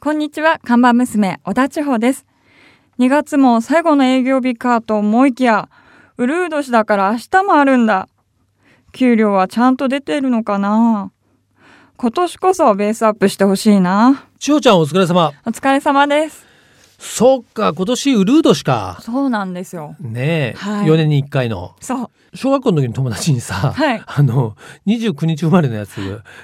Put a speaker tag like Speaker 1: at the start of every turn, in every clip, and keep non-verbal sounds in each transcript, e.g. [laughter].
Speaker 1: こんにちは、看板娘、小田千穂です。2月も最後の営業日かと思いきや、うるう年だから明日もあるんだ。給料はちゃんと出てるのかな今年こそベースアップしてほしいな。
Speaker 2: 千穂ちゃんお疲れ様。
Speaker 1: お疲れ様です。
Speaker 2: そっか、今年ウルードしか。
Speaker 1: そうなんですよ。
Speaker 2: ねえ、
Speaker 1: はい
Speaker 2: 4年に1回の。
Speaker 1: そう。
Speaker 2: 小学校の時の友達にさ、
Speaker 1: はい
Speaker 2: あの、29日生まれのやつ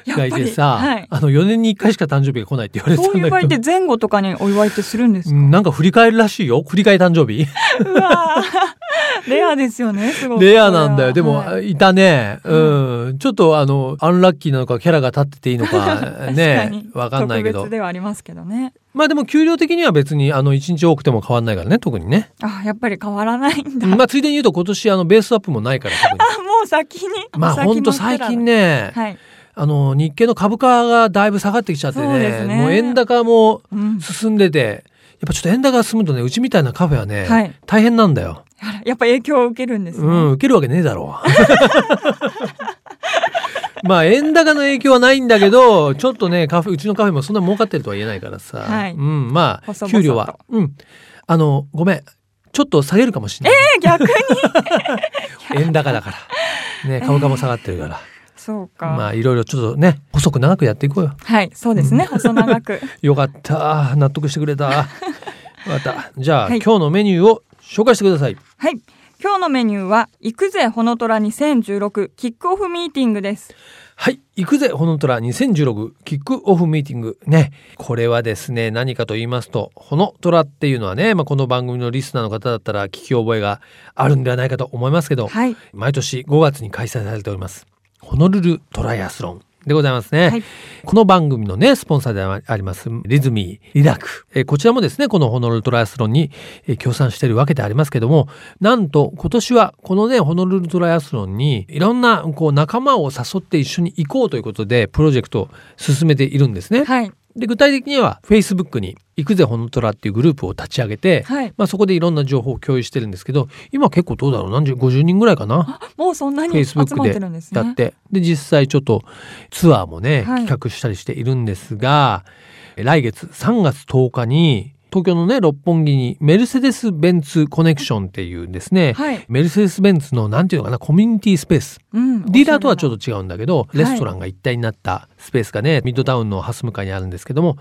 Speaker 2: がいて
Speaker 1: や
Speaker 2: さ、
Speaker 1: っぱりはい
Speaker 2: あの、4年に1回しか誕生日が来ないって言われてた
Speaker 1: そう
Speaker 2: んだ
Speaker 1: い
Speaker 2: け
Speaker 1: う
Speaker 2: ど。
Speaker 1: 場合って前後とかにお祝いってするんです
Speaker 2: う
Speaker 1: か、
Speaker 2: んなんか振り返るらしいよ。振り返り誕生日。
Speaker 1: うわー [laughs] レアですよね、すごく。
Speaker 2: レアなんだよ。でも、
Speaker 1: はい
Speaker 2: い、たね。うん。ちょっとあの、アンラッキーなのか、キャラが立ってていいの
Speaker 1: [laughs]
Speaker 2: か、
Speaker 1: 確か
Speaker 2: ね
Speaker 1: に。
Speaker 2: わかんないけ
Speaker 1: 特
Speaker 2: ど
Speaker 1: 別。ではありますけどね。
Speaker 2: まあでも、給料的には別に、あの、1日多くても変わんないからね、特にね。
Speaker 1: あ、やっぱり変わらないん [laughs] だ。
Speaker 2: うんまあ、ついでに言うと、今年、あの、ベースアップもないから、特に。
Speaker 1: あもう先に。
Speaker 2: [laughs] まあ
Speaker 1: 先真
Speaker 2: 本
Speaker 1: っ
Speaker 2: 当
Speaker 1: 暗だ
Speaker 2: 最近。ね、
Speaker 1: はい。 [laughs]
Speaker 2: あの日経の株価がだいぶ下がってきちゃって
Speaker 1: そうです
Speaker 2: ね
Speaker 1: ね
Speaker 2: もう円高も
Speaker 1: うん。
Speaker 2: 進んでてやっぱちょっと円高が進むとねうちみたいなカフェはね、
Speaker 1: はい
Speaker 2: 大変なんだよ。
Speaker 1: あらやっぱ影響を受けるんですね。
Speaker 2: うん受けるわけねえだろう。 [laughs] まあ円高の影響はないんだけどちょっとねカフェうちのカフェもそんな儲かってるとは言えないからさ、
Speaker 1: はい
Speaker 2: うん、ま
Speaker 1: 細
Speaker 2: あ
Speaker 1: 々と
Speaker 2: 給料はうんあのごめんちょっと下げるかもしれない、
Speaker 1: え逆に。
Speaker 2: 円高だから、ね、株価も下がってるから、
Speaker 1: [laughs] そうか。
Speaker 2: まあいろいろちょっとね細く長くやっていこうよ。
Speaker 1: はい、そうですね。細長く。 [laughs]
Speaker 2: よかった。納得してくれた。わかった。じゃあ、
Speaker 1: はい
Speaker 2: 今日のメニューを紹介してください。
Speaker 1: はい。今日のメニューは、行くぜ、ほのとら2016キックオフミーティングです。
Speaker 2: はい。行くぜ、ほのとら2016キックオフミーティング。ね。これはですね、何かと言いますと、ほのとらっていうのはね、まあ、この番組のリスナーの方だったら聞き覚えがあるんではないかと思いますけど、
Speaker 1: はい。
Speaker 2: 毎年5月に開催されております、ホノルルトライアスロンでございますね。
Speaker 1: はい
Speaker 2: この番組のね、スポンサーであります、リズミー、リラク。えーこちらもですね、このホノルルトライアスロンに、えー協賛しているわけでありますけども、なんと今年はこのね、ホノルルトライアスロンに、いろんなこう仲間を誘って一緒に行こうということで、プロジェクトを進めているんですね。
Speaker 1: はい。
Speaker 2: で、具体的には Facebook に、行くぜホノトラっていうグループを立ち上げて、
Speaker 1: はい
Speaker 2: まあそこでいろんな情報を共有してるんですけど、今結構どうだろう何十、50人ぐらいかな
Speaker 1: もうそんなに集まっ
Speaker 2: Facebook
Speaker 1: てるんです
Speaker 2: でやっ
Speaker 1: ね。
Speaker 2: て、で実際ちょっとツアーもね、
Speaker 1: はい
Speaker 2: 企画したりしているんですが来月3月10日に東京のね六本木にメルセデス・ベンツコネクションっていうですね、
Speaker 1: はい。
Speaker 2: メルセデス・ベンツのなんていうのかなコミュニティスペース
Speaker 1: うん。
Speaker 2: ディーラーとはち
Speaker 1: っ
Speaker 2: ょっと違うんだけど、レストランが一体になったスペースがね、ミッドタウンのハス向かいにあるんですけども、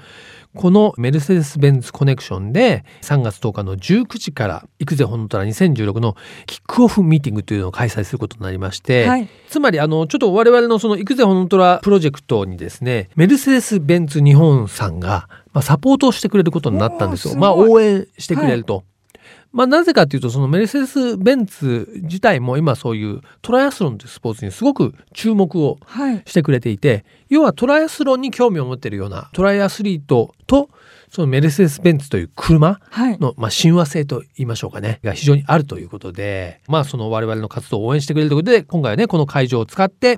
Speaker 2: このメルセデス・ベンツコネクションで3月10日の19時から、行くぜほのとら2016のキックオフミーティングというのを開催することになりまして、
Speaker 1: はい
Speaker 2: つまりあの、ちょっと我々のその行くぜほのとらプロジェクトにですね、メルセデス・ベンツ日本さんが、まあ、サポートをしてくれることになったんですよ。
Speaker 1: おーすごい
Speaker 2: まあ応援してくれると。まあ、なぜかというと、そのメルセデス・ベンツ自体も今そういうトライアスロンというスポーツにすごく注目を
Speaker 1: はい。
Speaker 2: してくれていて、要はトライアスロンに興味を持っているようなトライアスリートと、そのメルセデス・ベンツという車
Speaker 1: はい。
Speaker 2: の、まあ、親和性と言いましょうかね、が非常にあるということで、まあ、その我々の活動を応援してくれるということで、今回はね、この会場を使って、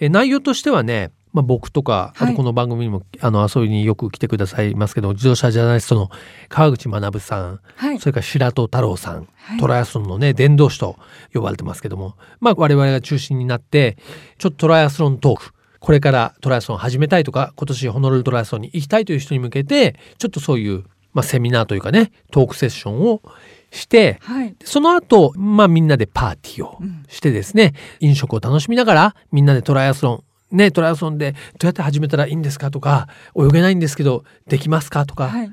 Speaker 2: え内容としてはね、まあ、僕とか、
Speaker 1: はい
Speaker 2: あとこの番組にも、あの、遊びによく来てくださいますけど、自動車ジャーナリストの川口学さん、
Speaker 1: はい。
Speaker 2: それから白戸太郎さん、
Speaker 1: はい
Speaker 2: トライアスロンのね、伝道師と呼ばれてますけども、まあ我々が中心になって、ちょっとトライアスロントーク、これからトライアスロンを始めたいとか、今年ホノルルトライアスロンに行きたいという人に向けて、ちょっとそういう、まあセミナーというかね、トークセッションをして、
Speaker 1: はい。
Speaker 2: その後、まあみんなでパーティーを
Speaker 1: うん
Speaker 2: してですね、飲食を楽しみながら、みんなでトライアスロン、ね、トライアスロンでどうやって始めたらいいんですかとか、泳げないんですけど、できますかとか、
Speaker 1: はい。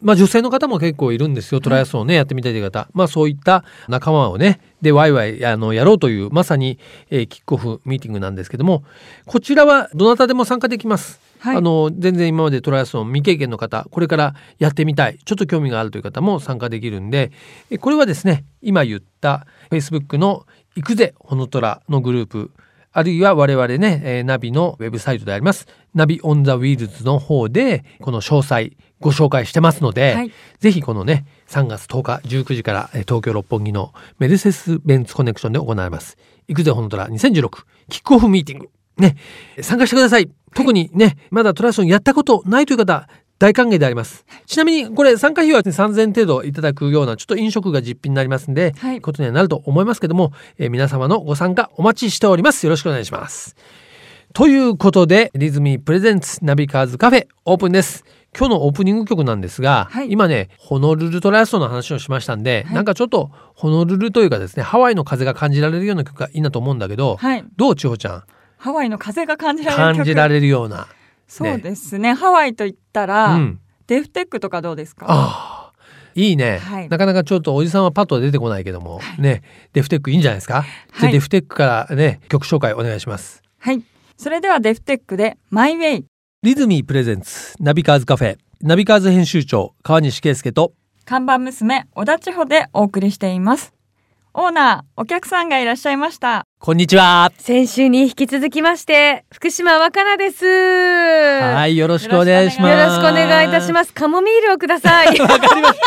Speaker 2: まあ女性の方も結構いるんですよ。トライアスロンをね、やってみたいという方。まあそういった仲間をね、で、ワイワイ、あの、やろうという、まさに、えーキックオフミーティングなんですけども、こちらはどなたでも参加できます。
Speaker 1: はい
Speaker 2: あの、全然今までトライアスロン未経験の方、これからやってみたい、ちょっと興味があるという方も参加できるんで、えこれはですね、今言った Facebook の行くぜ、ほのとらのグループ、あるいは我々ね、えーナビのウェブサイトであります、ナビオンザウィールズの方で、この詳細ご紹介してますので、
Speaker 1: はい
Speaker 2: ぜひこのね、3月10日19時からえー東京六本木のメルセデス・ベンツコネクションで行われます。行くぜ、ほのとら2016キックオフミーティング。ね、参加してください。特にね、まだトライアスロンやったことないという方、大歓迎であります。ちなみに、これ参加費は3000程度いただくような、ちょっと飲食が実費になりますんで、
Speaker 1: はい
Speaker 2: ことにはなると思いますけども、えー皆様のご参加お待ちしております。よろしくお願いします。ということで、リズミープレゼンツナビカーズカフェオープンです。今日のオープニング曲なんですが、
Speaker 1: はい
Speaker 2: 今ねホノルルトライアスロンの話をしましたんで、
Speaker 1: はい
Speaker 2: なんかちょっとホノルルというかですねハワイの風が感じられるような曲がいいなと思うんだけど、
Speaker 1: はい。
Speaker 2: どう千穂ちゃん
Speaker 1: ハワイの風が感じられる曲。
Speaker 2: 感じられるような。
Speaker 1: そうですね。ハワイと言った
Speaker 2: う
Speaker 1: ら、
Speaker 2: ん、
Speaker 1: デフテックとかどうですか
Speaker 2: ああいいね、
Speaker 1: はい
Speaker 2: なかなかちょっとおじさんはパッとは出てこないけども、ねデフテックいいんじゃないですか、じ
Speaker 1: は
Speaker 2: ゃあ
Speaker 1: い
Speaker 2: デフテックからね曲紹介お願いします。
Speaker 1: はい。それではデフテックで、マイウェイ、
Speaker 2: リズミープレゼンツナビカーズカフェナビカーズ編集長川西圭介と
Speaker 1: 看板娘、小田千穂でお送りしています。オーナー、お客さんがいらっしゃいました。
Speaker 2: こんにちは。
Speaker 3: 先週に引き続きまして、福島若菜です。は。
Speaker 2: はいいよろしくお願いし
Speaker 3: よ
Speaker 2: ます。
Speaker 3: ろしくお願いいたします。カモミールをくださ
Speaker 2: [laughs]
Speaker 3: い。
Speaker 2: わかります。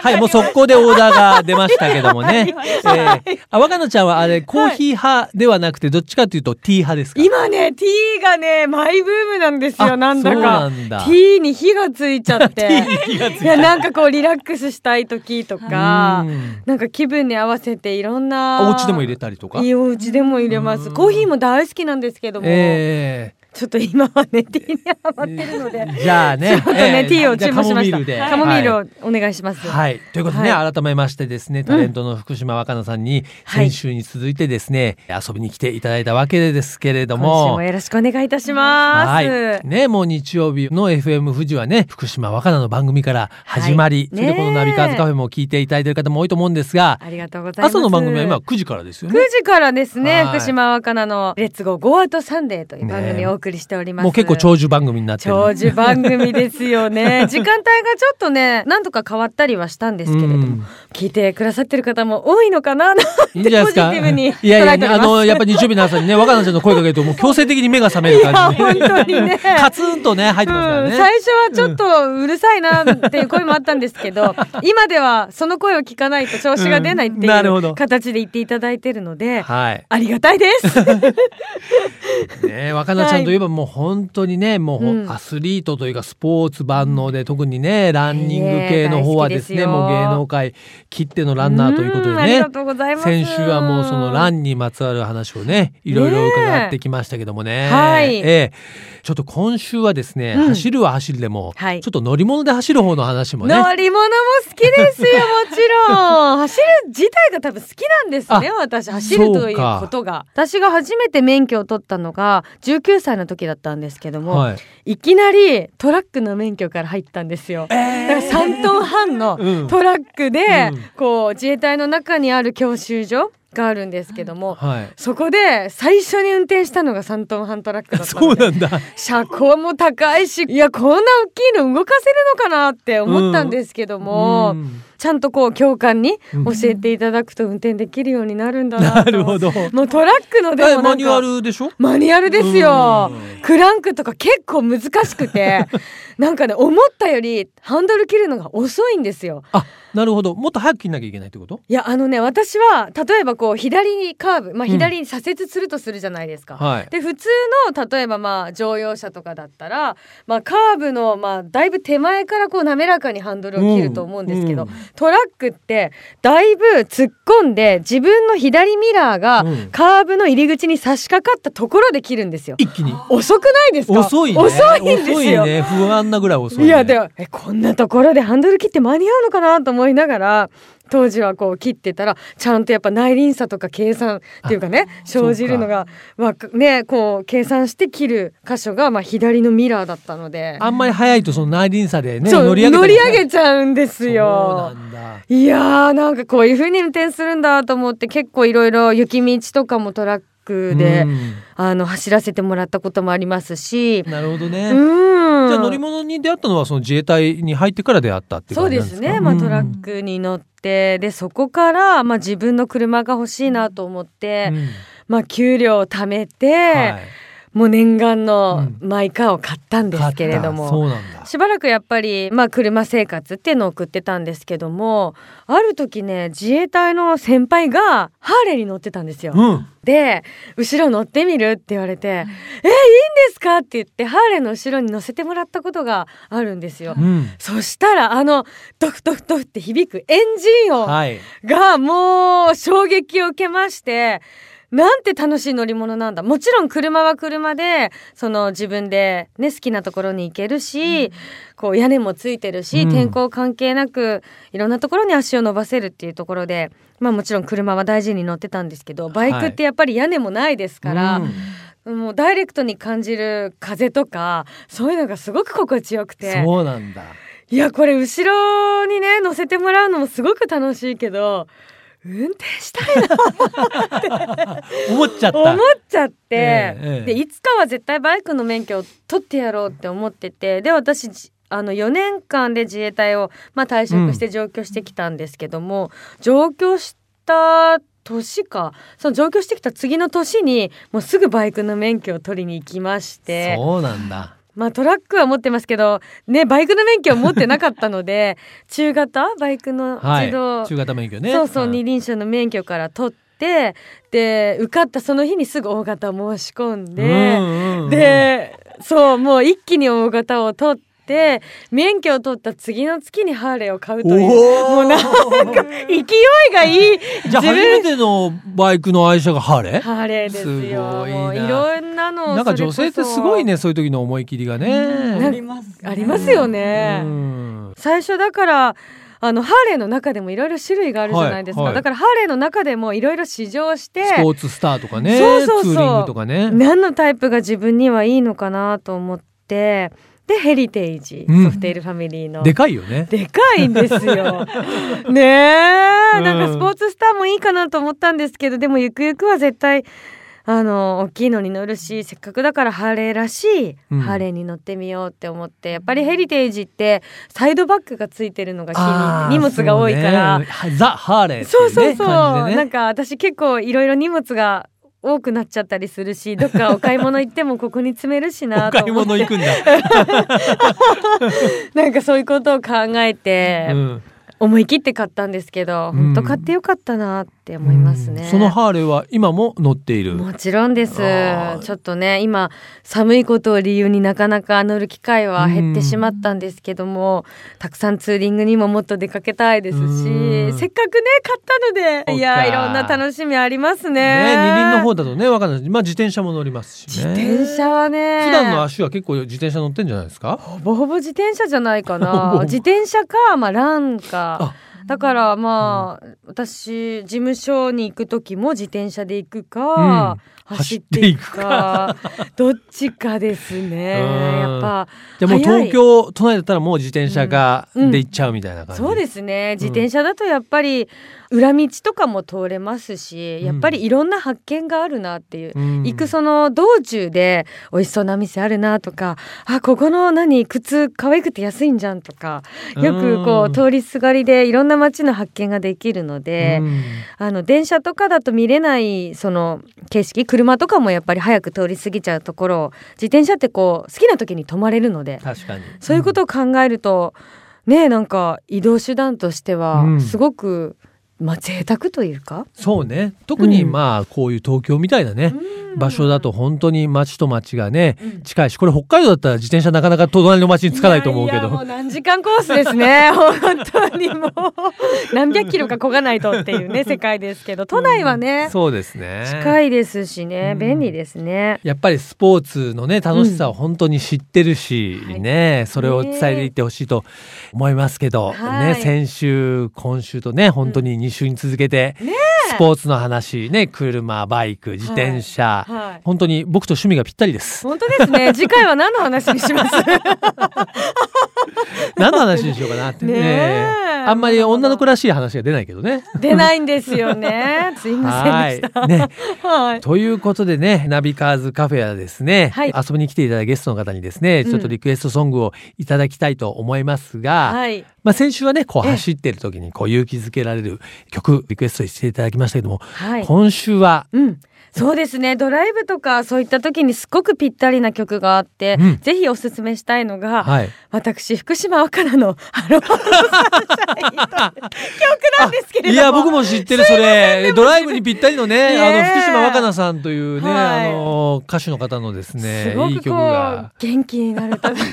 Speaker 2: はい、もう速攻でオーダーが出ましたけども
Speaker 3: [laughs]
Speaker 2: ね。えー、あ、若菜ちゃんはあれ、コーヒー派ではなくて、どっちかというとティー派ですか
Speaker 3: 今ね、T がね、マイブームなんです
Speaker 2: あ
Speaker 3: よ、なんだ
Speaker 2: そう
Speaker 3: か。
Speaker 2: なんだ
Speaker 3: T に火がついちゃ
Speaker 2: [laughs]
Speaker 3: って。
Speaker 2: 気がつい
Speaker 3: いや、なんかこう、リラックスしたい時と
Speaker 2: た。
Speaker 3: か
Speaker 2: う、ん
Speaker 3: なんか気分に合わせていろんな。
Speaker 2: お家でも入れたりとか。
Speaker 3: いいお家でも入れま
Speaker 2: う
Speaker 3: す。
Speaker 2: ん
Speaker 3: コーヒーも大好きなんですけども、
Speaker 2: え
Speaker 3: ちょっと今はね、T にハマってるので。
Speaker 2: ー、じゃあね。
Speaker 3: ちょっとね、ティーを注文し
Speaker 2: じゃあカモミ
Speaker 3: ま
Speaker 2: ー
Speaker 3: し
Speaker 2: ルで。
Speaker 3: た。カモミールをお願いします。
Speaker 2: はい。はいということでね、
Speaker 3: は
Speaker 2: 改めましてですね、タレントの福島若菜さんに、
Speaker 3: は
Speaker 2: 先
Speaker 3: い
Speaker 2: 週に続いてですね、遊びに来ていただいたわけですけれど
Speaker 3: 今週
Speaker 2: も
Speaker 3: も。よろしくお願いいたします。
Speaker 2: はい。ね、もう日曜日の FM 富士はね、福島若菜の番組から始まり、
Speaker 3: はい
Speaker 2: それでこのナビカーズカフェも聞いていただいている方も多いと思うんですが、
Speaker 3: ありがとうございます。
Speaker 2: 朝の番組は今9時からですよ
Speaker 3: 9
Speaker 2: ね。
Speaker 3: 時からですね、
Speaker 2: はい
Speaker 3: 福島若菜のレッツゴーゴーアウトサンデーという番組をお送りしております。
Speaker 2: もう結構長寿番組になってる。
Speaker 3: 長寿番組ですよね。時間帯がちょっと
Speaker 2: [laughs]
Speaker 3: ね、何とか変わったりはしたんですけれども、
Speaker 2: うん
Speaker 3: 聞いてくださってる方も多いのかな、なん
Speaker 2: いいんじ
Speaker 3: て
Speaker 2: ゃないで
Speaker 3: ポジ
Speaker 2: す
Speaker 3: テ
Speaker 2: か。
Speaker 3: ィブに捉
Speaker 2: いやいや、
Speaker 3: えており
Speaker 2: あ
Speaker 3: ま
Speaker 2: の、やっぱ日曜日の朝にね、若菜ちゃんの声かけると、もう強制的に目が覚める
Speaker 3: す。いや、
Speaker 2: 感じで、
Speaker 3: [laughs] 本当にね。
Speaker 2: カツンとね、入ってますから
Speaker 3: う
Speaker 2: ね。
Speaker 3: ん、最初はちょっとうるさいなっていう声もあったんです
Speaker 2: [laughs]
Speaker 3: けど、今ではその声を聞かないと調子が出ないって
Speaker 2: うんなるほ
Speaker 3: い
Speaker 2: ど
Speaker 3: う形で言っていただいてるので、
Speaker 2: はい。
Speaker 3: ありがたいです。
Speaker 2: ね、若菜ちゃんといえばもう本当にねもうほ
Speaker 3: うん
Speaker 2: アスリートというかスポーツ万能で、特にねランニング系の方はですね
Speaker 3: いえ大好きですよ
Speaker 2: もう芸能界きってのランナーということで
Speaker 3: んあり
Speaker 2: ね
Speaker 3: がとうございます。
Speaker 2: 先週はもうそのランにまつわる話をねいろいろ伺ってきましたけどもね
Speaker 3: はい
Speaker 2: ええちょっと今週はですね、
Speaker 3: うん
Speaker 2: 走るは走るでも、
Speaker 3: はい
Speaker 2: ちょっと乗り物で走る方の話もね
Speaker 3: 乗り物も好きですよ、もち
Speaker 2: [laughs]
Speaker 3: ろん。走る自体が多分好きなんですね、
Speaker 2: あ
Speaker 3: 私。走るということが。私が初めて免許を取ったのが19歳の時だったんですけども、
Speaker 2: はい、
Speaker 3: い、きなりトラックの免許から入ったんですよ。だから3トン半の
Speaker 2: うん
Speaker 3: トラックで、
Speaker 2: うん
Speaker 3: こう自衛隊の中にある教習所があるんですけども、
Speaker 2: はい、
Speaker 3: そこで最初に運転したのが3トン半トラック
Speaker 2: [laughs]
Speaker 3: だった
Speaker 2: そ
Speaker 3: の
Speaker 2: うな
Speaker 3: で
Speaker 2: んだ
Speaker 3: 車高も高いしいやこんな大きいの動かせるのかなって思ったんですけども、
Speaker 2: ん
Speaker 3: ちゃんとこう教官に
Speaker 2: うん
Speaker 3: 教えていただくと運転できるようになるんだな
Speaker 2: な
Speaker 3: と
Speaker 2: るほど
Speaker 3: もうトラックのでも
Speaker 2: え
Speaker 3: なんか
Speaker 2: マニュアルでしょ
Speaker 3: マニュアルですよ
Speaker 2: うん
Speaker 3: クランクとか結構難しくて [laughs] なんかね思ったよりハンドル切るのが遅いんですよ
Speaker 2: あなるほどもっと早く切んなきゃいけないってこと
Speaker 3: いやあのね私は例えばこう左にカーブまあ左に左折するとするじゃないですか、
Speaker 2: はい。
Speaker 3: で普通の例えばまあ乗用車とかだったら、まあ、カーブのまあだいぶ手前からこう滑らかにハンドルを切ると思うんですけど、
Speaker 2: うんうん
Speaker 3: トラックってだいぶ突っ込んで自分の左ミラーが
Speaker 2: うん
Speaker 3: カーブの入り口に差し掛かったところで切るんですよ。
Speaker 2: 一気に。
Speaker 3: 遅くないですか
Speaker 2: 遅いね。
Speaker 3: 遅いんですよ。
Speaker 2: 遅いね。不安なぐらい遅い、
Speaker 3: い
Speaker 2: ね。
Speaker 3: やでもえこんなところでハンドル切って間に合うのかなと思いながら当時はこう切ってたらちゃんとやっぱ内輪差とか計算っていうかね生じるのがわかねこう計算して切る箇所がまあ左のミラーだったので
Speaker 2: あんまり早いとその内輪差でね
Speaker 3: そう
Speaker 2: 乗り上げた
Speaker 3: 乗
Speaker 2: り
Speaker 3: り
Speaker 2: ね
Speaker 3: 上げちゃうんです
Speaker 2: そう
Speaker 3: よ。
Speaker 2: なんだ。
Speaker 3: いやーなんかこういう風に運転するんだと思って結構いろいろ雪道とかもトラックで、
Speaker 2: うん
Speaker 3: あの走らせてもらったこともありますし。
Speaker 2: なるほどね。
Speaker 3: うん
Speaker 2: じゃあ乗り物に出会ったのはその自衛隊に入ってから出会ったっていう
Speaker 3: そ
Speaker 2: 感
Speaker 3: う
Speaker 2: じ
Speaker 3: で
Speaker 2: なんです
Speaker 3: す
Speaker 2: か。
Speaker 3: ね、まあ、
Speaker 2: うん
Speaker 3: トラックに乗って、でそこから、まあ、自分の車が欲しいなと思って、
Speaker 2: うん
Speaker 3: まあ、給料を貯めて、
Speaker 2: はい
Speaker 3: もう念願の
Speaker 2: う
Speaker 3: マイカーを買ったんですけれど
Speaker 2: 買ったそ
Speaker 3: も。
Speaker 2: うなんだ。
Speaker 3: しばらくやっぱり、まあ、車生活っていうのを送ってたんですけどもある時ね自衛隊の先輩がハーレーに乗ってたんですよ。
Speaker 2: うん。
Speaker 3: で後ろ乗ってみるって言われて「えいいんですか?」って言ってハーレーの後ろに乗せてもらったことがあるんですよ。
Speaker 2: うん。
Speaker 3: そしたらあのドフドフドフって響くエンジン音
Speaker 2: はい。
Speaker 3: がもう衝撃を受けましてなんて楽しい乗り物なんだもちろん車は車でその自分で、ね、好きなところに行けるし、こう屋根もついてるし、
Speaker 2: うん
Speaker 3: 天候関係なくいろんなところに足を伸ばせるっていうところで、まあ、もちろん車は大事に乗ってたんですけどバイクってやっぱり屋根もないですから、
Speaker 2: うん
Speaker 3: もうダイレクトに感じる風とかそういうのがすごく心地よくて
Speaker 2: そうなんだ
Speaker 3: いやこれ後ろにね乗せてもらうのもすごく楽しいけど運転したいな
Speaker 2: 思っちゃった
Speaker 3: 思っちゃって、
Speaker 2: ええ
Speaker 3: でいつかは絶対バイクの免許を取ってやろうって思っててで私じあの4年間で自衛隊を、まあ、退職して上京してきたんですけども、上京した年かその上京してきた次の年にもうすぐバイクの免許を取りに行きまして。
Speaker 2: そうなんだ
Speaker 3: まあトラックは持ってますけど、ね、バイクの免許を持ってなかったの
Speaker 2: [laughs]
Speaker 3: で、中型バイクの
Speaker 2: はい
Speaker 3: 自動、
Speaker 2: 中型免許ね
Speaker 3: そうそう、
Speaker 2: ん
Speaker 3: 二輪車の免許から取って、で、受かったその日にすぐ大型申し込ん
Speaker 2: う
Speaker 3: で、
Speaker 2: んうんうん
Speaker 3: で、そう、もう一気に大型を取って、免許を取った次の月にハーレーを買うという、
Speaker 2: おもうなんか
Speaker 3: 勢いがいい、
Speaker 2: [laughs] じゃあ初めてのバイクの愛車がハーレー
Speaker 3: ハーレーですよ。
Speaker 2: すごいな
Speaker 3: もういろんなのを
Speaker 2: なんか女性ってすごい
Speaker 3: ね。
Speaker 2: ねそういう時の思い切りが
Speaker 1: あ
Speaker 2: ね。
Speaker 1: ります
Speaker 3: ありますよね。
Speaker 2: うん
Speaker 3: 最初だからあのハーレーの中でもいろいろ種類があるじゃないですか、
Speaker 2: はいはい
Speaker 3: だからハーレーの中でもいろいろ試乗して
Speaker 2: スポーツスターとかね
Speaker 3: そうそうそう
Speaker 2: ツーリングとかね。
Speaker 3: 何のタイプが自分にはいいのかなと思ってでヘリテージ、
Speaker 2: うん
Speaker 3: ソフテールファミリーの
Speaker 2: でかいよね。
Speaker 3: でかいんで
Speaker 2: [laughs]
Speaker 3: すよ。ねえ、
Speaker 2: うん
Speaker 3: なんかスポーツスターもいいかなと思ったんですけど、でもゆくゆくは絶対。あの大きいのに乗るしせっかくだからハーレーらしい、
Speaker 2: うん
Speaker 3: ハーレーに乗ってみようって思ってやっぱりヘリテージってサイドバッグがついてるのが気に
Speaker 2: あー
Speaker 3: 入って荷物が多いから
Speaker 2: そうねはザ・ハーレーってい
Speaker 3: そう
Speaker 2: う
Speaker 3: そう
Speaker 2: ね
Speaker 3: そう、
Speaker 2: 感じで
Speaker 3: なん
Speaker 2: ね。
Speaker 3: か私結構いろいろ荷物が多くなっちゃったりするしどっかお買い物行ってもここに詰めるしな
Speaker 2: [laughs] お
Speaker 3: と
Speaker 2: 買い
Speaker 3: 思っ
Speaker 2: 物
Speaker 3: て
Speaker 2: 行くん
Speaker 3: [laughs]
Speaker 2: だ。
Speaker 3: なんかそういうことを考えて、
Speaker 2: うん
Speaker 3: 思い切って買ったんですけど、
Speaker 2: うん
Speaker 3: 本当買ってよかったなって思いますね。
Speaker 2: うんそのハーレーは今も乗っている。
Speaker 3: もちろんです
Speaker 2: あー
Speaker 3: ちょっとね今寒いことを理由になかなか乗る機会は減っ
Speaker 2: う
Speaker 3: て
Speaker 2: ん
Speaker 3: しまったんですけども、たくさんツーリングにももっと出かけたいですし、
Speaker 2: うん
Speaker 3: せっかくね買ったの
Speaker 2: そ
Speaker 3: で
Speaker 2: うか
Speaker 3: いやいろんな楽しみありますね
Speaker 2: ね二輪の方だとねわかんない。まあ自転車も乗りますしね。
Speaker 3: 自転車はね
Speaker 2: 普段の足は結構自転車乗ってんじゃないですか。
Speaker 3: ほぼほぼ自転車じゃない
Speaker 2: [laughs] ほ
Speaker 3: か
Speaker 2: ぼほぼ
Speaker 3: な自転車か、まあ、ランか
Speaker 2: あ
Speaker 3: だからまあ、私事務所に行く時も自転車で行く
Speaker 2: う
Speaker 3: か
Speaker 2: ん、
Speaker 3: 走っていくかどっちかですね
Speaker 2: うん
Speaker 3: やっぱ
Speaker 2: じゃあもう
Speaker 3: 早い
Speaker 2: 東京都内だったらもう自転車が
Speaker 3: うん
Speaker 2: で行っちゃうみたいな感じ。
Speaker 3: そうですね自転車だとやっぱり裏道とかも通れますし、
Speaker 2: うん
Speaker 3: やっぱりいろんな発見があるなっていう
Speaker 2: うん。
Speaker 3: 行くその道中で美味しそうな店あるなとかあここの何靴可愛くて安いんじゃんとかよくこ
Speaker 2: うん
Speaker 3: う通りすがりでいろんな街の発見ができるので、
Speaker 2: うん
Speaker 3: あの電車とかだと見れないその景色車とかもやっぱり早く通り過ぎちゃうところを自転車ってこう好きな時に止まれるので
Speaker 2: 確かに
Speaker 3: そういうことを考えると、ねえなんか移動手段として
Speaker 2: う
Speaker 3: は
Speaker 2: ん
Speaker 3: すごく、まあ贅沢というか。
Speaker 2: そうね特に
Speaker 3: うん
Speaker 2: まあこういう東京みたいなね、場所だと本当に町と町がね近いしこれ北海道だったら自転車なかなか隣の町に着かないと思うけ
Speaker 3: ややも
Speaker 2: ど
Speaker 3: う何時間コースです
Speaker 2: [laughs]
Speaker 3: ね本当にもう何百キロか漕がないとっていうね世界ですけど都内はね、
Speaker 2: そうですね
Speaker 3: 近いですしね、
Speaker 2: うん
Speaker 3: 便利ですね
Speaker 2: やっぱりスポーツのね楽しさを本当に知ってるし、
Speaker 3: うん
Speaker 2: ねそれを伝えていってほしいと思いますけど、
Speaker 3: は
Speaker 2: ね
Speaker 3: い
Speaker 2: 先週今週とね本当に2週に続けて、
Speaker 3: ねえ
Speaker 2: スポーツの話ね車バイク自転車、
Speaker 3: はい
Speaker 2: 本当に僕と趣味がぴったりです。
Speaker 3: 本当ですね次回は何の話にし
Speaker 2: [laughs]
Speaker 3: ます
Speaker 2: 何の話にしようかなってね。
Speaker 3: ねえ
Speaker 2: あんまり女の子らしい話が出ないけどね。
Speaker 3: 出ないんですよねすいません
Speaker 2: は
Speaker 3: で
Speaker 2: い
Speaker 3: した。
Speaker 2: ね。
Speaker 3: はい
Speaker 2: ということでね、ナビカーズカフェはですね、
Speaker 3: はい
Speaker 2: 遊びに来ていただいたゲストの方にですね、
Speaker 3: うん
Speaker 2: ちょっとリクエストソングをいただきたいと思いますが、
Speaker 3: はい
Speaker 2: まあ先週はね、こう
Speaker 3: ええ
Speaker 2: 走ってる時にこう勇気づけられる曲、リクエストしていただきましたけども、
Speaker 3: はい
Speaker 2: 今週は、
Speaker 3: うん、そうですねドライブとかそういった時にすごくぴったりな曲があって、
Speaker 2: うん
Speaker 3: ぜひおすすめしたいのが、
Speaker 2: はい。
Speaker 3: 私福島若菜の「ハローサンシ
Speaker 2: [laughs]
Speaker 3: ャイン」という曲なんですけれども
Speaker 2: いや、僕も知ってる、それ。ドライブにぴったりのね、
Speaker 3: ね
Speaker 2: あの、福島若菜さんというね、
Speaker 3: はい
Speaker 2: あの、歌手の方のですね、
Speaker 3: すご
Speaker 2: いい
Speaker 3: く
Speaker 2: 曲
Speaker 3: こう
Speaker 2: が。 [laughs]
Speaker 3: 元気になるためって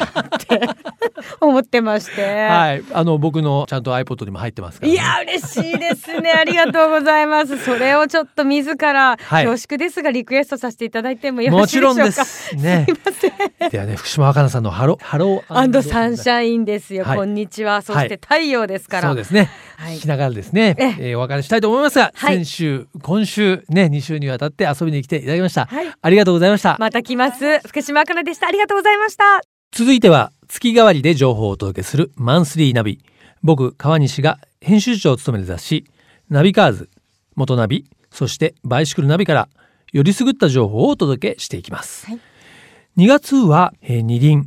Speaker 3: 思ってまして。
Speaker 2: はい、あの僕のちゃんと iPod にも入ってますから、
Speaker 3: いや嬉しいですねありがとうございますそれをちょっと自ら、
Speaker 2: はい
Speaker 3: 恐縮ですがリクエストさせていただいてもよろ
Speaker 2: も
Speaker 3: し
Speaker 2: ち
Speaker 3: いでしょ
Speaker 2: ろ
Speaker 3: うんか
Speaker 2: ですね。ではね福島若菜さんのハロハロー
Speaker 3: アンドサンシャインですよ、
Speaker 2: はい
Speaker 3: こんにちはそして太陽ですから、
Speaker 2: そうですね、
Speaker 3: はい
Speaker 2: 聞きながらですね、
Speaker 3: え
Speaker 2: えーお別れしたいと思いますが、
Speaker 3: はい
Speaker 2: 先週今週ね2週にわたって遊びに来ていただきました、
Speaker 3: はい
Speaker 2: ありがとうございました、
Speaker 3: また来ます福島あかなでしたありがとうございました
Speaker 2: 続いては月替わりで情報をお届けするマンスリーナビ僕川西が編集長を務める雑誌ナビカーズ元ナビそしてバイシクルナビからよりすぐった情報をお届けしていきます、
Speaker 1: はい
Speaker 2: 2月は、えー二輪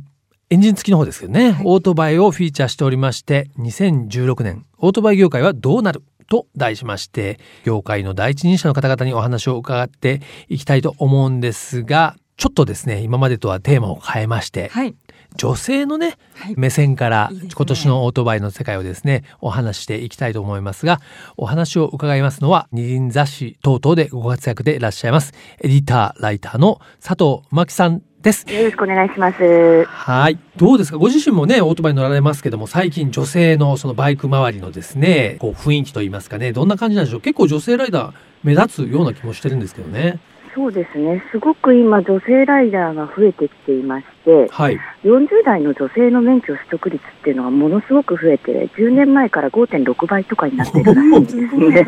Speaker 2: エンジン付きの方ですけどね、
Speaker 1: はい
Speaker 2: オートバイをフィーチャーしておりまして2016年オートバイ業界はどうなると題しまして業界の第一人者の方々にお話を伺っていきたいと思うんですがちょっとですね今までとはテーマを変えまして、
Speaker 1: はい。
Speaker 2: 女性のね、
Speaker 1: はい
Speaker 2: 目線から
Speaker 1: いいですね
Speaker 2: 今年のオートバイの世界をですねお話ししていきたいと思いますがお話を伺いますのは二輪雑誌等々でご活躍でいらっしゃいますエディターライターの佐藤真希さんです。
Speaker 4: よろしくお願いします。
Speaker 2: はいどうですかご自身もねオートバイ乗られますけども最近女性のそのバイク周りのですねこう雰囲気といいますかねどんな感じなんでしょう結構女性ライダー目立つような気もしてるんですけどね。
Speaker 4: そうですね。すごく今女性ライダーが増えてきていまして、
Speaker 2: はい、
Speaker 4: 40代の女性の免許取得率っていうのがものすごく増えて、10年前から5.6倍とかになって [laughs] るらしいんですね。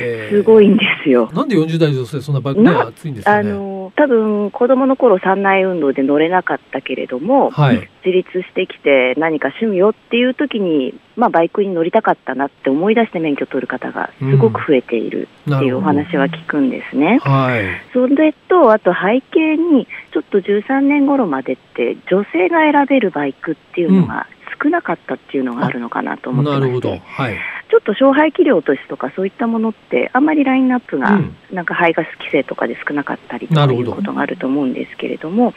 Speaker 2: えー
Speaker 4: すごいんですよ。
Speaker 2: なんで40代女性そんなバイクね
Speaker 4: な
Speaker 2: 熱いんです
Speaker 4: あ
Speaker 2: よね。
Speaker 4: の多分子供の頃三内運動で乗れなかったけれども、
Speaker 2: はい
Speaker 4: 自立してきて何か趣味をっていう時に、まあ、バイクに乗りたかったなって思い出して免許取る方がすごく増えている
Speaker 2: な
Speaker 4: ってい
Speaker 2: る
Speaker 4: うお
Speaker 2: ほど
Speaker 4: 話は聞くんですね。
Speaker 2: はい。
Speaker 4: それと、あと背景に、ちょっと13年頃までって、女性が選べるバイクっていうのが少なかったっていうのがあるのかなと思ってま
Speaker 2: な
Speaker 4: して、
Speaker 2: るほど。はい。
Speaker 4: ちょっと勝敗器量としてとか、そういったものって、あんまりラインナップが、
Speaker 2: うん
Speaker 4: なんか排ガス規制とかで少なかったりと
Speaker 2: な
Speaker 4: か
Speaker 2: る
Speaker 4: い
Speaker 2: ほど
Speaker 4: うことがあると思うんですけれども、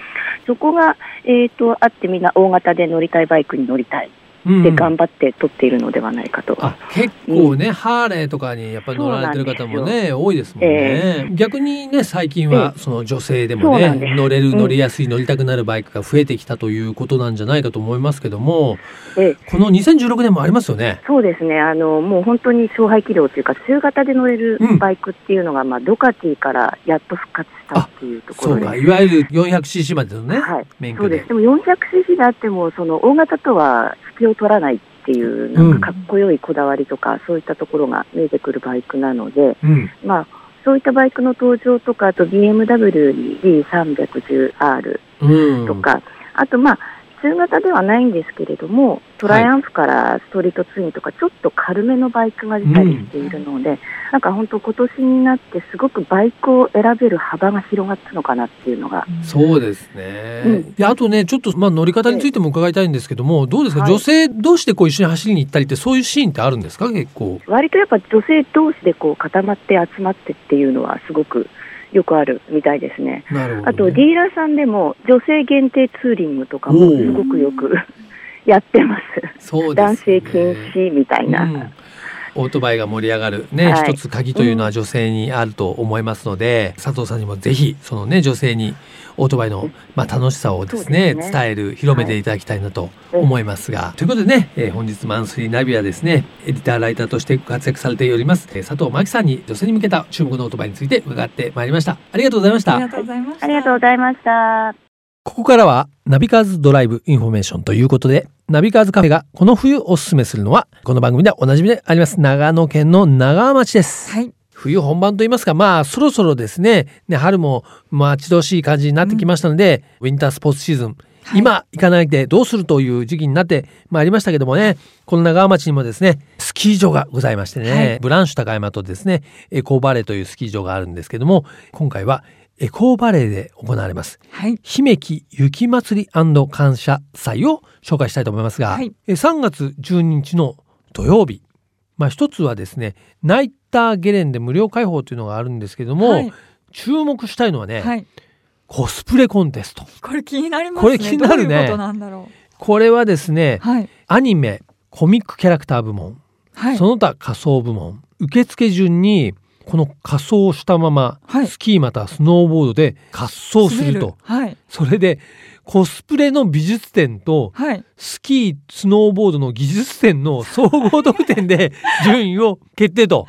Speaker 4: そこが、えー、とあって、みんな大型で乗りたいバイクに乗りたい
Speaker 2: うん
Speaker 4: で頑張って取っているのではないかと。
Speaker 2: あ結構ね、ハーレーとかにやっぱり乗られてる方もね多いですもんね、逆にね最近はその女性でも
Speaker 4: そう
Speaker 2: ね、
Speaker 4: なんです
Speaker 2: 乗れる
Speaker 4: うん
Speaker 2: 乗りやすい乗りたくなるバイクが増えてきたということなんじゃないかと思いますけども
Speaker 4: ええ
Speaker 2: この2016年もありますよね。
Speaker 4: そうですねあの、もう本当に勝敗器量というか、中型で乗れる
Speaker 2: うん
Speaker 4: バイクっていうのが、まあ、ドカティからやっと復活したっていうとこ
Speaker 2: そ
Speaker 4: ろ
Speaker 2: う
Speaker 4: で
Speaker 2: かいわゆる 400cc までのね、
Speaker 4: はい、
Speaker 2: 免
Speaker 4: そ
Speaker 2: 許
Speaker 4: うで。。
Speaker 2: です
Speaker 4: でも 400cc であっても、その大型とは引きを取らないっていう、なんかかっこよいこだわりとか、そういったところが見えてくるバイクなので、
Speaker 2: うん、
Speaker 4: まあ、そういったバイクの登場とか、あと BMW に D310R
Speaker 2: うん、
Speaker 4: とか、あとまあ、中型ではないんですけれども、トライアンフからストリートツインとか、ちょっと軽めのバイクが出たりしているので、なんか本当、今年になって、すごくバイクを選べる幅が広がったのかなっていうのが、
Speaker 2: そうですね、
Speaker 4: うん
Speaker 2: であとねちょっと、まあ、乗り方についても伺いたいんですけどもどうですか、
Speaker 4: はい
Speaker 2: 女性同士でこう一緒に走りに行ったりってそういうシーンってあるんですか結構。
Speaker 4: 割とやっぱ女性同士でこう固まって集まってっていうのは、すごくよくあるみたいですね。
Speaker 2: なるほどね、
Speaker 4: あとディーラーさんでも女性限定ツーリングとかもすごくよくやってます。
Speaker 2: そうですね
Speaker 4: 男性禁止みたいな。
Speaker 2: うんオートバイが盛り上がるね、
Speaker 4: はい
Speaker 2: 一つ鍵というのは女性にあると思いますので、佐藤さんにもぜひそのね女性にオートバイの、まあ、楽しさをですね
Speaker 4: そうですね
Speaker 2: 伝える広めていただきたいなと思いますが、ということでね、えー本日マンスリーナビはですねエディターライターとしてご活躍されておりますえー佐藤真希さんに女性に向けた注目のオートバイについて伺ってまいりましたありがとうございまし
Speaker 1: あ
Speaker 2: た
Speaker 1: りがとうございました。
Speaker 4: ありがとうございました。
Speaker 2: ここからはナビカーズドライブインフォメーションということで、ナビカーズカフェがこの冬おすすめするのは、この番組ではおなじみであります、長野県の長浜町です。
Speaker 1: はい。
Speaker 2: 冬本番といいますか、まあそろそろですね、ね春も待ち遠しい感じになってきましたので、ウィンタースポーツシーズン、
Speaker 1: はい
Speaker 2: 今行かないでどうするという時期になってまいりましたけどもね、この長浜町にもですね、スキー場がございましてね、
Speaker 1: はい
Speaker 2: ブランシュ高山とですね、エコーバレーというスキー場があるんですけども、今回はエコーバレーで行われます。
Speaker 1: はい。
Speaker 2: 姫木雪まつり感謝祭を紹介したいと思いますが、
Speaker 1: はい
Speaker 2: え3月12日の土曜日、まあ、一つはですねナイターゲレンで無料開放というのがあるんですけども、
Speaker 1: はい
Speaker 2: 注目したいのはね、
Speaker 1: はい。
Speaker 2: コスプレコンテスト
Speaker 1: これ気になりますね。
Speaker 2: これ気になるね
Speaker 1: どういうことなんだろ
Speaker 2: これはですね
Speaker 1: う。はい。
Speaker 2: アニメコミックキャラクター部門、
Speaker 1: はい
Speaker 2: そ。の他仮装部門受付順にこの仮装をしたまま、
Speaker 1: はい
Speaker 2: スキーまたはスノーボードで滑走すると
Speaker 1: 滑はい。
Speaker 2: それでコスプレの美術展と
Speaker 1: はい。
Speaker 2: スキースノーボードの技術展の総合得
Speaker 1: [laughs]
Speaker 2: 点で順位を決定と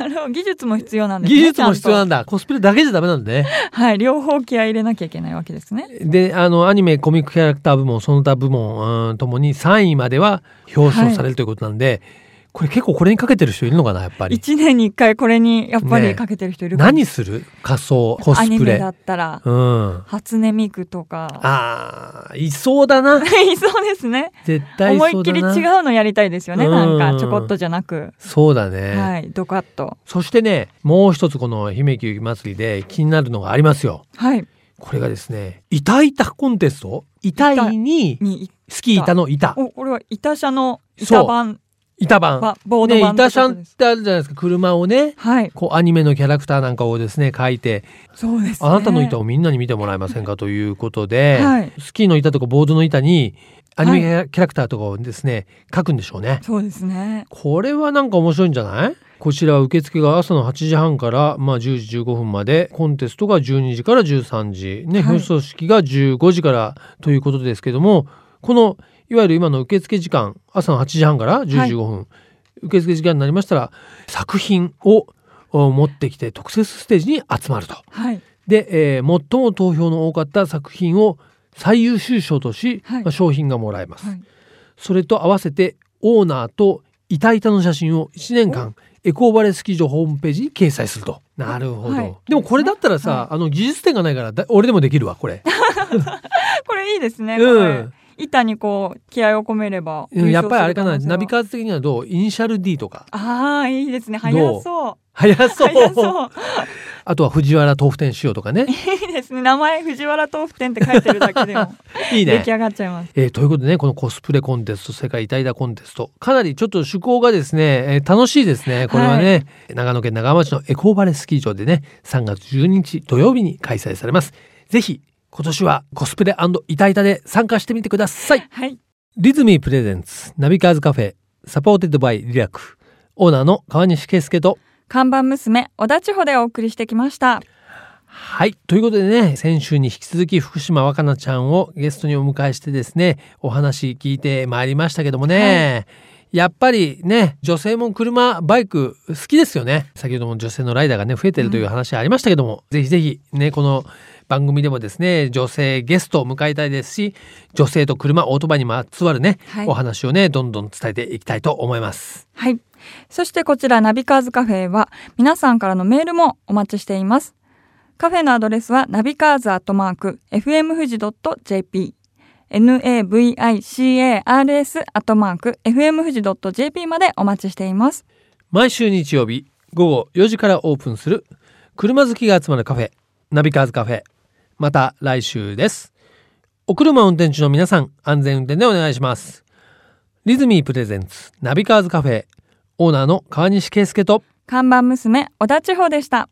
Speaker 1: あの技術も必要なんですね。
Speaker 2: 技術も必要なん
Speaker 1: ち
Speaker 2: だコスプレだけじゃダメなんだね
Speaker 1: ゃんとはい、両方気合い入れなきゃいけないわけですね。
Speaker 2: であのアニメコミックキャラクター部門その他部門うんともに3位までは表彰されるということなんで、これ結構これにかけてる人いるのかなやっぱり
Speaker 1: 一年に一回これにやっぱ
Speaker 2: ねえ
Speaker 1: りかけてる人いるかも
Speaker 2: 何する仮装コ
Speaker 1: ア
Speaker 2: ス
Speaker 1: ニ
Speaker 2: プ
Speaker 1: メ
Speaker 2: レ
Speaker 1: だったら
Speaker 2: うん
Speaker 1: 初音ミクとか。
Speaker 2: あーいそうだな
Speaker 1: い [laughs] そうですね。
Speaker 2: 絶対
Speaker 1: 思い
Speaker 2: そ
Speaker 1: っ
Speaker 2: うだ
Speaker 1: きり違
Speaker 2: な
Speaker 1: うのやりたいですよね。なん
Speaker 2: うん
Speaker 1: かちょこっとじゃなく、
Speaker 2: そうだね、
Speaker 1: はい、ドカッと。
Speaker 2: そしてねもう一つこの姫木雪祭りで気になるのがありますよ
Speaker 1: はい、
Speaker 2: これがですね板板コンテスト板いに
Speaker 1: に、
Speaker 2: スキー板の板
Speaker 1: お、これは板車の
Speaker 2: そ
Speaker 1: 板
Speaker 2: う
Speaker 1: 板、
Speaker 2: 板板
Speaker 1: ばボード
Speaker 2: ね
Speaker 1: 板って
Speaker 2: 板シ
Speaker 1: こ
Speaker 2: ャ
Speaker 1: と
Speaker 2: ンっ
Speaker 1: です。
Speaker 2: てあるじゃないですか車をね
Speaker 1: はい、
Speaker 2: こうアニメのキャラクターなんかをですね書いて
Speaker 1: そうです、ね。
Speaker 2: あなたの板をみんなに見てもらえませんかということで、
Speaker 1: はい
Speaker 2: スキーの板とかボードの板にアニメキャラキャラクターとかをですね書くんでしょうね。
Speaker 1: そうですね。
Speaker 2: これはなんか面白いんじゃないこちらは受付が朝の8時半から、まあ、10時15分までコンテストが12時から13時、ね
Speaker 1: はい
Speaker 2: 表彰式が15時からということですけどもこのいわゆる今の受付時間朝の8時半から10時15分、受付時間になりましたら作品をお持ってきて特設ステージに集まると。
Speaker 1: はい、
Speaker 2: で、えー最も投票の多かった作品を最優秀賞とし、
Speaker 1: はい
Speaker 2: まあ、商品がもらえます、
Speaker 1: はい
Speaker 2: それと合わせてオーナーとイタイタの写真を1年間エコーバレースキー場ホームページに掲載するとなるほど、
Speaker 1: はい
Speaker 2: でもこれだったらさ、
Speaker 1: は
Speaker 2: あの技術点がないからだ俺でもできるわ
Speaker 1: [laughs]
Speaker 2: これ、
Speaker 1: これいいですね。こ
Speaker 2: う
Speaker 1: れ
Speaker 2: ん、
Speaker 1: 板にこう気合を込めれば。
Speaker 2: うんやっぱりあれかな
Speaker 1: 優勝する可能性は
Speaker 2: ナビ。カーズ的にはどうイニシャル D とか
Speaker 1: ああ、いいですね。早そう。
Speaker 2: 速そう
Speaker 1: 早そう。 [laughs]
Speaker 2: あとは藤原豆腐店仕様とかね
Speaker 1: いいですね。名前藤原豆腐店って書いてるだけでも
Speaker 2: [laughs] いい
Speaker 1: 出
Speaker 2: ね
Speaker 1: 来上がっちゃいます。
Speaker 2: えーということでねこのコスプレコンテスト世界イタイタコンテストかなりちょっと趣向がですね、えー楽しいですねこれはね、長野県長浜町のエコーバレスキー場でね3月12日土曜日に開催されますぜひ今年はコスプレイタイタで参加してみてください
Speaker 1: はい。
Speaker 2: リズミープレゼンツナビカーズカフェサポーテッドバイリラクオーナーの川西圭介と
Speaker 1: 看板娘小田千穂でお送りしてきました。
Speaker 2: はい。ということでね、先週に引き続き福島若菜ちゃんをゲストにお迎えしてですね、お話聞いてまいりましたけどもね、やっぱりね、女性も車、バイク好きですよね。先ほども女性のライダーがね、増えてるという話ありましたけども、ぜひぜひね、この番組でもですね、女性ゲストを迎えたいですし、女性と車、オートバイにまつわるね、
Speaker 1: はい
Speaker 2: お話をね、どんどん伝えていきたいと思います。
Speaker 1: はい。そしてこちらナビカーズカフェは皆さんからのメールもお待ちしています。カフェのアドレスはナビカーズアットマーク FM 富士 .jp navicars アットマーク FM 富士 .jp までお待ちしています。
Speaker 2: 毎週日曜日午後4時からオープンする車好きが集まるカフェナビカーズカフェまた来週ですお車運転中の皆さん安全運転でお願いしますリズミープレゼンツナビカーズカフェオーナーの川西圭介と
Speaker 1: 看板娘小田千穂でした。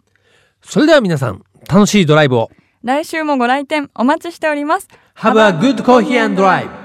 Speaker 2: それでは皆さん楽しいドライブを
Speaker 1: 来週もご来店お待ちしております。
Speaker 2: Have a good coffee and drive